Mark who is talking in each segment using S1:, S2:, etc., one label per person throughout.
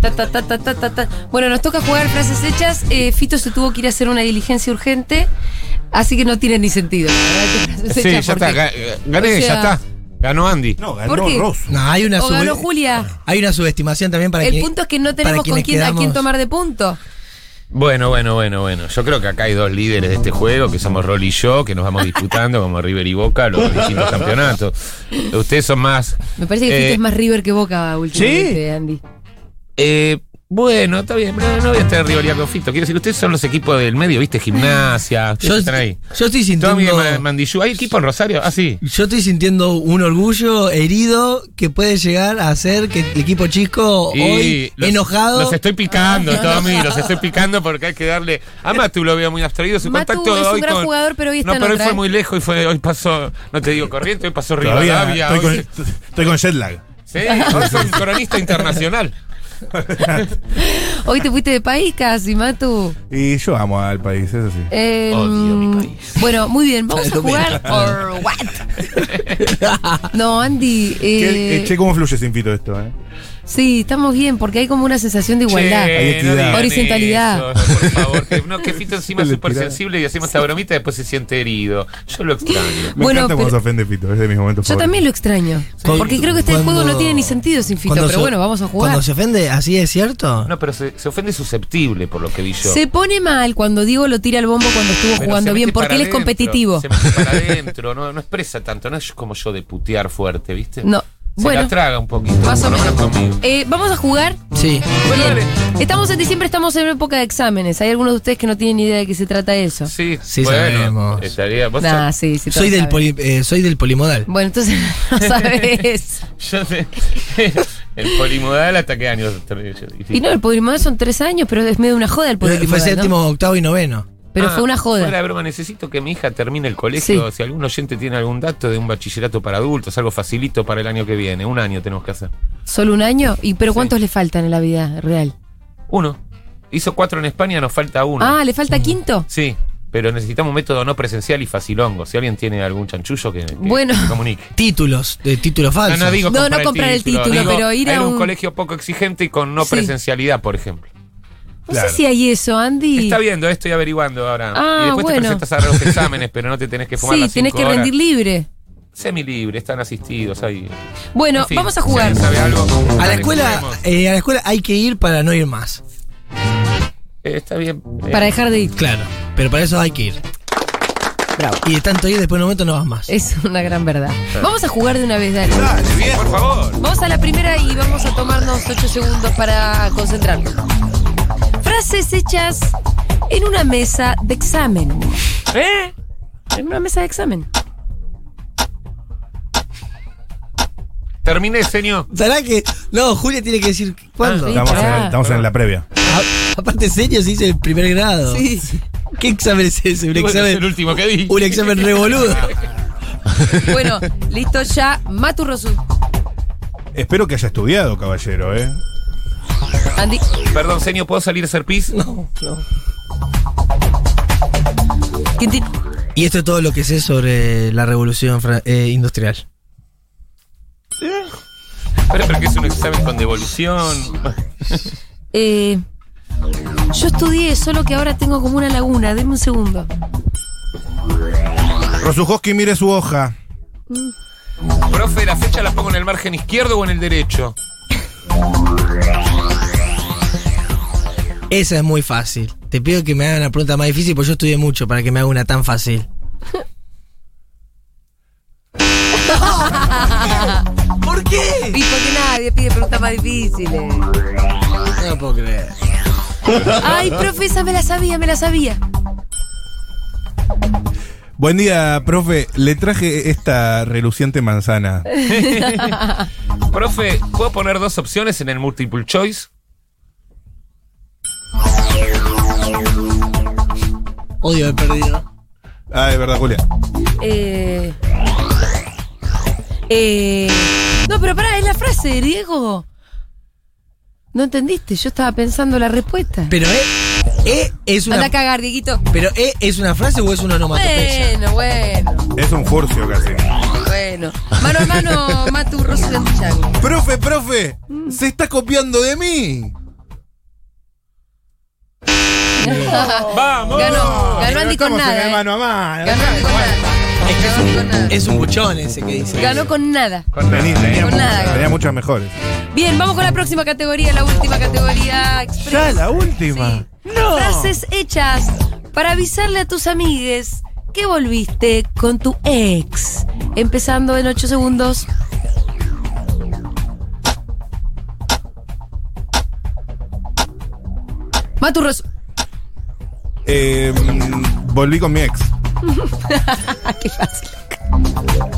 S1: Ta, ta, ta, ta, ta, ta, ta. Bueno, nos toca jugar frases hechas. Eh, Fito se tuvo que ir a hacer una diligencia urgente, así que no tiene ni sentido. la verdad que frases
S2: Sí, ya
S1: hechas
S2: está.
S1: porque-
S2: ga- Gané,
S1: o sea-
S2: ya está. Ganó Andy.
S3: No,
S1: ¿Por
S3: ganó
S1: qué?
S3: Rosso.
S4: No, hay una,
S1: O
S4: sub-
S1: ganó Julia.
S4: hay una subestimación también para
S1: El
S4: quien-
S1: punto es que no
S4: para
S1: tenemos con
S4: quienes
S1: quién, a quién
S4: quedamos-
S1: tomar de punto.
S2: Bueno, bueno, bueno, bueno. Yo creo que acá hay dos líderes de este juego, que somos Rol y yo, que nos vamos disputando como River y Boca los distintos campeonatos. Ustedes son más.
S1: Me parece que
S2: Eh,
S1: Fito es más River que Boca últimamente, Andy.
S2: Eh, bueno, está bien, no, no voy a estar en rivalidad con Fito. Quiero decir, ustedes son los equipos del medio, ¿viste? Gimnasia.
S4: Yo,
S2: Yo, están ahí.
S4: yo estoy
S2: Tommy
S4: sintiendo.
S2: Ma- Mandillú. ¿Hay equipo en Rosario? Ah, sí.
S4: Yo estoy sintiendo un orgullo herido que puede llegar a hacer que el equipo chico
S2: Y
S4: hoy
S2: los-
S4: enojado.
S2: Los estoy picando, Tommy. Los estoy picando porque hay que darle. A Matu lo veo muy abstraído. Su
S1: Matu
S2: contacto
S1: es un
S2: hoy
S1: gran
S2: con-
S1: jugador, pero hoy está
S2: No,
S1: en
S2: pero hoy
S1: otra,
S2: fue
S1: ¿eh?
S2: muy lejos. Hoy, fue, hoy pasó, no te digo corriente, hoy pasó
S3: Todavía
S2: Rivadavia.
S3: estoy con,
S2: hoy-
S3: estoy con jet lag.
S2: Sí, hoy soy un cronista internacional.
S1: Hoy te fuiste de país casi, Matu.
S3: Y yo amo al país, es así.
S1: Eh,
S2: Odio mi país.
S1: Bueno, muy bien, vamos a
S4: Lo
S1: jugar or what. No, Andy, eh,
S3: ¿Qué- eh, che, ¿cómo fluye sin fito esto? Eh?
S1: sí, estamos bien porque hay como una sensación de igualdad.
S2: Che,
S3: Hay equidad.
S2: digan
S1: Horizontalidad.
S2: eso, por favor, que, no, que Fito encima es
S3: Le
S2: súper
S3: tirá.
S2: sensible y hacemos esta bromita y después se siente herido. Yo lo extraño.
S3: Me
S1: Bueno, pero-
S3: encanta cuando se ofende fito, es de mis momentos
S1: Yo también lo extraño.
S4: Con-
S1: Porque creo que este
S4: cuando-
S1: juego no tiene ni sentido sin Fito,
S4: cuando
S1: pero
S4: se-
S1: bueno, vamos a jugar.
S4: Cuando se ofende, así es cierto.
S2: No, pero se, se ofende susceptible por lo que vi yo.
S1: Se pone mal cuando Diego lo tira al bombo cuando estuvo
S2: Pero
S1: jugando
S2: se
S1: bien,
S2: mete
S1: porque
S2: para
S1: él es
S2: adentro,
S1: competitivo.
S2: Se mete para adentro, no, no expresa tanto, no es como yo de putear fuerte, ¿viste?
S1: No,
S2: Se
S1: bueno.
S2: la traga un poquito.
S1: Más o
S2: por lo
S1: menos.
S2: conmigo.
S1: Eh, vamos a jugar.
S4: Sí.
S2: Bueno, dale.
S1: Estamos en diciembre, estamos en época de exámenes. Hay algunos de ustedes que no tienen ni idea de qué se trata eso.
S2: Sí,
S4: Sí
S2: bueno,
S4: sabemos.
S2: estaría- vos
S1: Nah,
S2: sab-
S1: sí, sí, todos
S4: Soy del,
S1: saben.
S4: poli- eh, soy del polimodal.
S1: Bueno, entonces no sabes.
S2: yo sé- el polimodal hasta qué años.
S1: Y no, el podrimodal son tres años, pero es medio una joda el
S4: Fue- Fue
S1: podrimodal. ¿no?
S4: séptimo, octavo y noveno.
S1: Pero
S2: Ah,
S1: fue una
S2: fuera
S1: joda.
S2: de broma, necesito que mi hija termine el colegio. Si algún oyente tiene algún dato de un bachillerato para adultos, algo facilito para el año que viene. Un año tenemos que hacer.
S1: Solo un año. ¿Y pero cuántos le faltan en la vida real?
S2: Uno. Hizo cuatro en España, nos falta uno.
S1: Ah, ¿le falta quinto?
S2: Sí, pero necesitamos un método no presencial y facilongo. Si alguien tiene algún chanchullo, que, que
S1: Bueno.
S2: se comunique.
S4: Títulos, de títulos
S2: No,
S4: falsos.
S2: no digo
S1: No,
S2: comprar,
S1: no comprar el título,
S2: digo
S1: pero ir a un-
S2: colegio poco exigente y con no
S1: Sí.
S2: presencialidad, por ejemplo.
S1: No
S3: Claro.
S1: sé si hay eso, Andy.
S2: Está viendo, estoy averiguando ahora.
S1: Ah,
S2: y después
S1: bueno.
S2: te presentas a los exámenes, pero no te tenés que fumar
S1: Sí,
S2: las
S1: tenés
S2: cinco
S1: que
S2: horas.
S1: rendir libre.
S2: Semilibre, están asistidos ahí.
S1: Bueno,
S2: En fin,
S1: vamos a
S2: si
S1: jugar.
S2: alguien sabe algo,
S4: A la
S2: dale,
S4: escuela,
S2: juguemos.
S4: eh, a la escuela hay que ir para no ir más.
S2: Eh, está bien. eh,
S1: Para dejar de ir.
S4: Claro. Pero para eso hay que ir.
S1: Bravo.
S4: Y de tanto ir, después de un momento no vas más.
S1: Es una gran verdad. Vamos a jugar de una vez, dale.
S3: Dale, bien.
S2: Por favor.
S1: Vamos a la primera y vamos a tomarnos 8 segundos para concentrarnos. Frases hechas en una mesa de examen.
S2: ¿Eh?
S1: En una mesa de examen.
S2: Terminé, señor.
S4: ¿Será que.? No, Julia tiene que decir cuándo.
S1: Ah,
S3: Estamos, en,
S1: pará.
S3: estamos en la previa.
S4: A- aparte, serio, se dice el primer grado.
S1: Sí.
S4: ¿Qué examen es ese? Un
S2: Bueno, es el
S4: examen.
S2: último que di.
S4: Un examen revoludo.
S1: Bueno, listo ya. Matu Rosu.
S3: Espero que haya estudiado, caballero, ¿eh?
S1: Andy.
S2: Perdón, señor, ¿puedo salir a hacer pis?
S4: No, no.
S1: Quintín.
S4: Y esto es todo lo que sé sobre la revolución fra- eh, industrial.
S2: Pero, pero que es un examen con devolución.
S1: Eh, yo estudié, solo que ahora tengo como una laguna. Deme un segundo.
S3: Rosujoski, mire su hoja.
S2: Profe, ¿la fecha la pongo en el margen izquierdo o en el derecho?
S4: Esa es muy fácil. Te pido que me hagan una pregunta más difícil porque yo estudié mucho para que me haga una tan fácil. ¿Por qué?
S1: Y porque nadie pide preguntas más difíciles.
S4: No lo puedo creer.
S1: Ay, profesa, me la sabía, me la sabía.
S3: Buen día, profe. Le traje esta reluciente manzana.
S2: Profe, ¿puedo poner dos opciones en el multiple choice?
S4: Odio haber perdido.
S3: Ah, es verdad, Julia.
S1: Eh, eh, no, pero pará, es la frase, Diego. No entendiste, yo estaba pensando la respuesta.
S4: Pero E, e es
S1: Anda
S4: una.
S1: a cagar, Dieguito.
S4: Pero E es una frase o es una onomatopeya.
S1: Bueno, bueno,
S3: Es un furcio casi.
S1: bueno. Mano a mano, Matu, Rosy Santillán.
S3: ¡Profe, profe! ¡Se está copiando de mí!
S2: ¡Vamos!
S1: Ganó, ganó Andy con
S3: Estamos en
S1: nada.
S3: el
S1: eh.
S3: mano a mano.
S1: Ganó Andy con nada.
S4: Es que es
S1: Ganó Andy con
S4: un,
S1: nada.
S4: es un buchón ese que dice.
S1: Ganó con nada.
S2: Con nada,
S3: Tenía-
S2: ¿eh?
S3: tenía,
S1: Con nada,
S3: tenía muchas mejores.
S1: Bien, vamos con la próxima categoría, la última categoría. express.
S3: Ya, la última.
S1: Sí. Frases hechas para avisarle a tus amigues que volviste con tu ex. Empezando en 8 segundos. Maturros.
S3: Eh, mm, volví con mi ex.
S1: Qué fácil.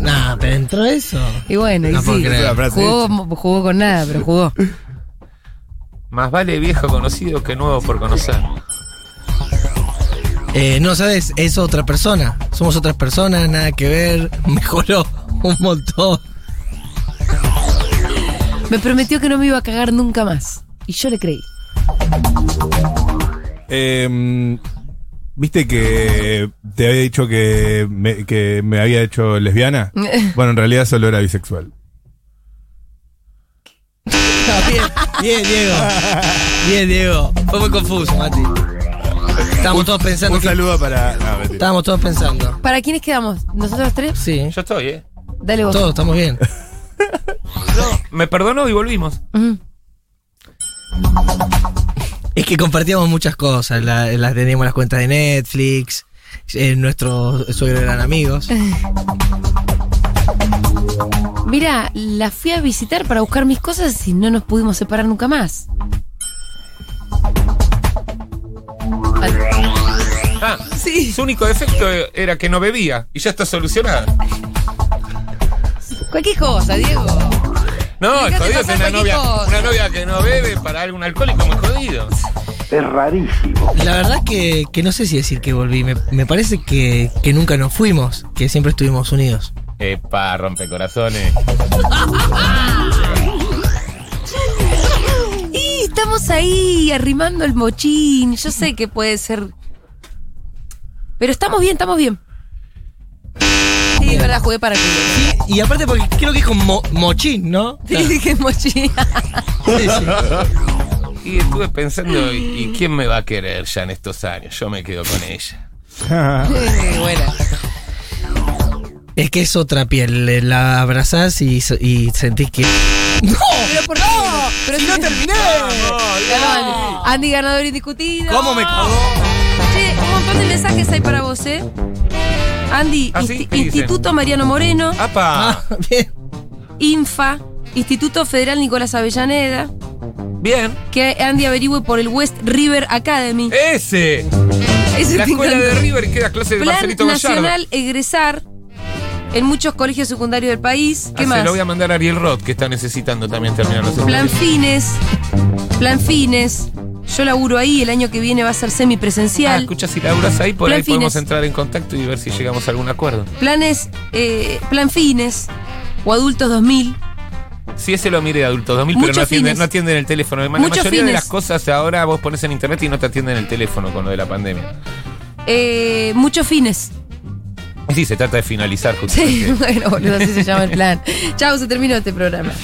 S4: Nah, pero entró eso.
S1: Y bueno, y
S4: No puedo
S1: sí.
S4: creer.
S3: La frase
S1: Jugó, jugó con nada, pero jugó.
S2: Más vale viejo conocido que nuevo por conocer.
S4: Eh, no sabes, es otra persona. Somos otras personas, nada que ver. Mejoró un montón.
S1: Me prometió que no me iba a cagar nunca más. Y yo le creí.
S3: Eh, mm, Viste que te había dicho que me, que me había hecho lesbiana. Bueno, en realidad solo era bisexual.
S4: bien, bien, Diego. Bien, Diego. Fue muy confuso, Mati. Estábamos todos pensando.
S3: Un
S4: que-
S3: saludo para. no, Ah, mentira.
S4: estábamos todos pensando.
S1: ¿Para quiénes quedamos? ¿Nosotros tres?
S4: Sí.
S2: Yo estoy, ¿eh?
S1: Dale vos.
S4: Todos estamos bien.
S2: Me perdonó y volvimos.
S1: Ujú.
S4: Es que compartíamos muchas cosas. la- las teníamos las cuentas de Netflix. eh, nuestros suegros eran amigos.
S1: Mira, la fui a visitar para buscar mis cosas y no nos pudimos separar nunca más.
S2: Ah,
S1: Sí.
S2: su único defecto era que no bebía y ya está solucionada.
S1: Cualquier cosa, Diego.
S2: No, es
S1: Dejate
S2: jodido
S1: pasar
S2: tener una novia,
S1: cualquier cosa.
S2: una novia que no bebe para algún alcohólico muy jodido.
S4: La verdad que, que no sé si decir que volví. Me, me parece que, que nunca nos fuimos. Que siempre estuvimos unidos.
S2: Epa, rompecorazones.
S1: Y estamos ahí arrimando el mochín. Yo sé que puede ser. Pero estamos bien, estamos bien. Sí, de verdad, jugué para ti.
S4: Y aparte porque creo que es con mo- mochín, ¿no? Ah,
S1: Sí, dije mochín.
S4: Sí, sí.
S2: Y estuve pensando, ¿y, y quién me va a querer ya en estos años? Yo me quedo con ella.
S1: Sí, buena.
S4: Es que es otra piel, le- la abrazás y, so- y sentís que... ¡No!
S1: Pero por qué? Pero si no terminé. Andy ganador indiscutido.
S4: ¿Cómo me cagó?
S1: Che, un montón de mensajes hay para vos, ¿eh? Andy,
S2: ¿Ah, sí?
S1: Insti-
S2: ¿Qué dicen?
S1: Instituto Mariano Moreno,
S2: ¡Apa!
S4: Ah, bien.
S1: INFA, Instituto Federal Nicolás Avellaneda,
S2: Bien.
S1: que Andy averigüe por el West River Academy.
S2: ¡Ese!
S1: Ese
S2: Eh, La
S1: te
S2: escuela de
S1: encanta.
S2: River que da clase de
S1: Plan
S2: Marcelito Gallardo.
S1: Nacional Egresar en muchos colegios secundarios del país.
S2: Ah,
S1: ¿Qué
S2: se
S1: más?
S2: lo voy a mandar a Ariel Roth, que está necesitando también terminar los
S1: Plan
S2: estudios.
S1: Fines, Plan Fines. Yo laburo ahí, el año que viene va a ser
S2: Ah,
S1: semipresencial.
S2: escucha, si laburas ahí, por
S1: Plan
S2: ahí podemos
S1: fines.
S2: entrar en contacto y ver si llegamos a algún acuerdo.
S1: Planes, eh, plan fines o adultos 2000.
S2: Sí, ese lo mire de adultos 2000, pero
S1: Muchos
S2: no atienden,
S1: fines.
S2: no atienden el teléfono. Además, La
S1: Muchos
S2: mayoría de
S1: fines.
S2: las cosas ahora vos pones en internet y no te atienden el teléfono con lo de la pandemia.
S1: eh, muchos fines.
S2: Sí, se trata de finalizar
S1: Sí,
S2: justamente.
S1: bueno, boludo, así se llama el plan. Chao, se terminó este programa.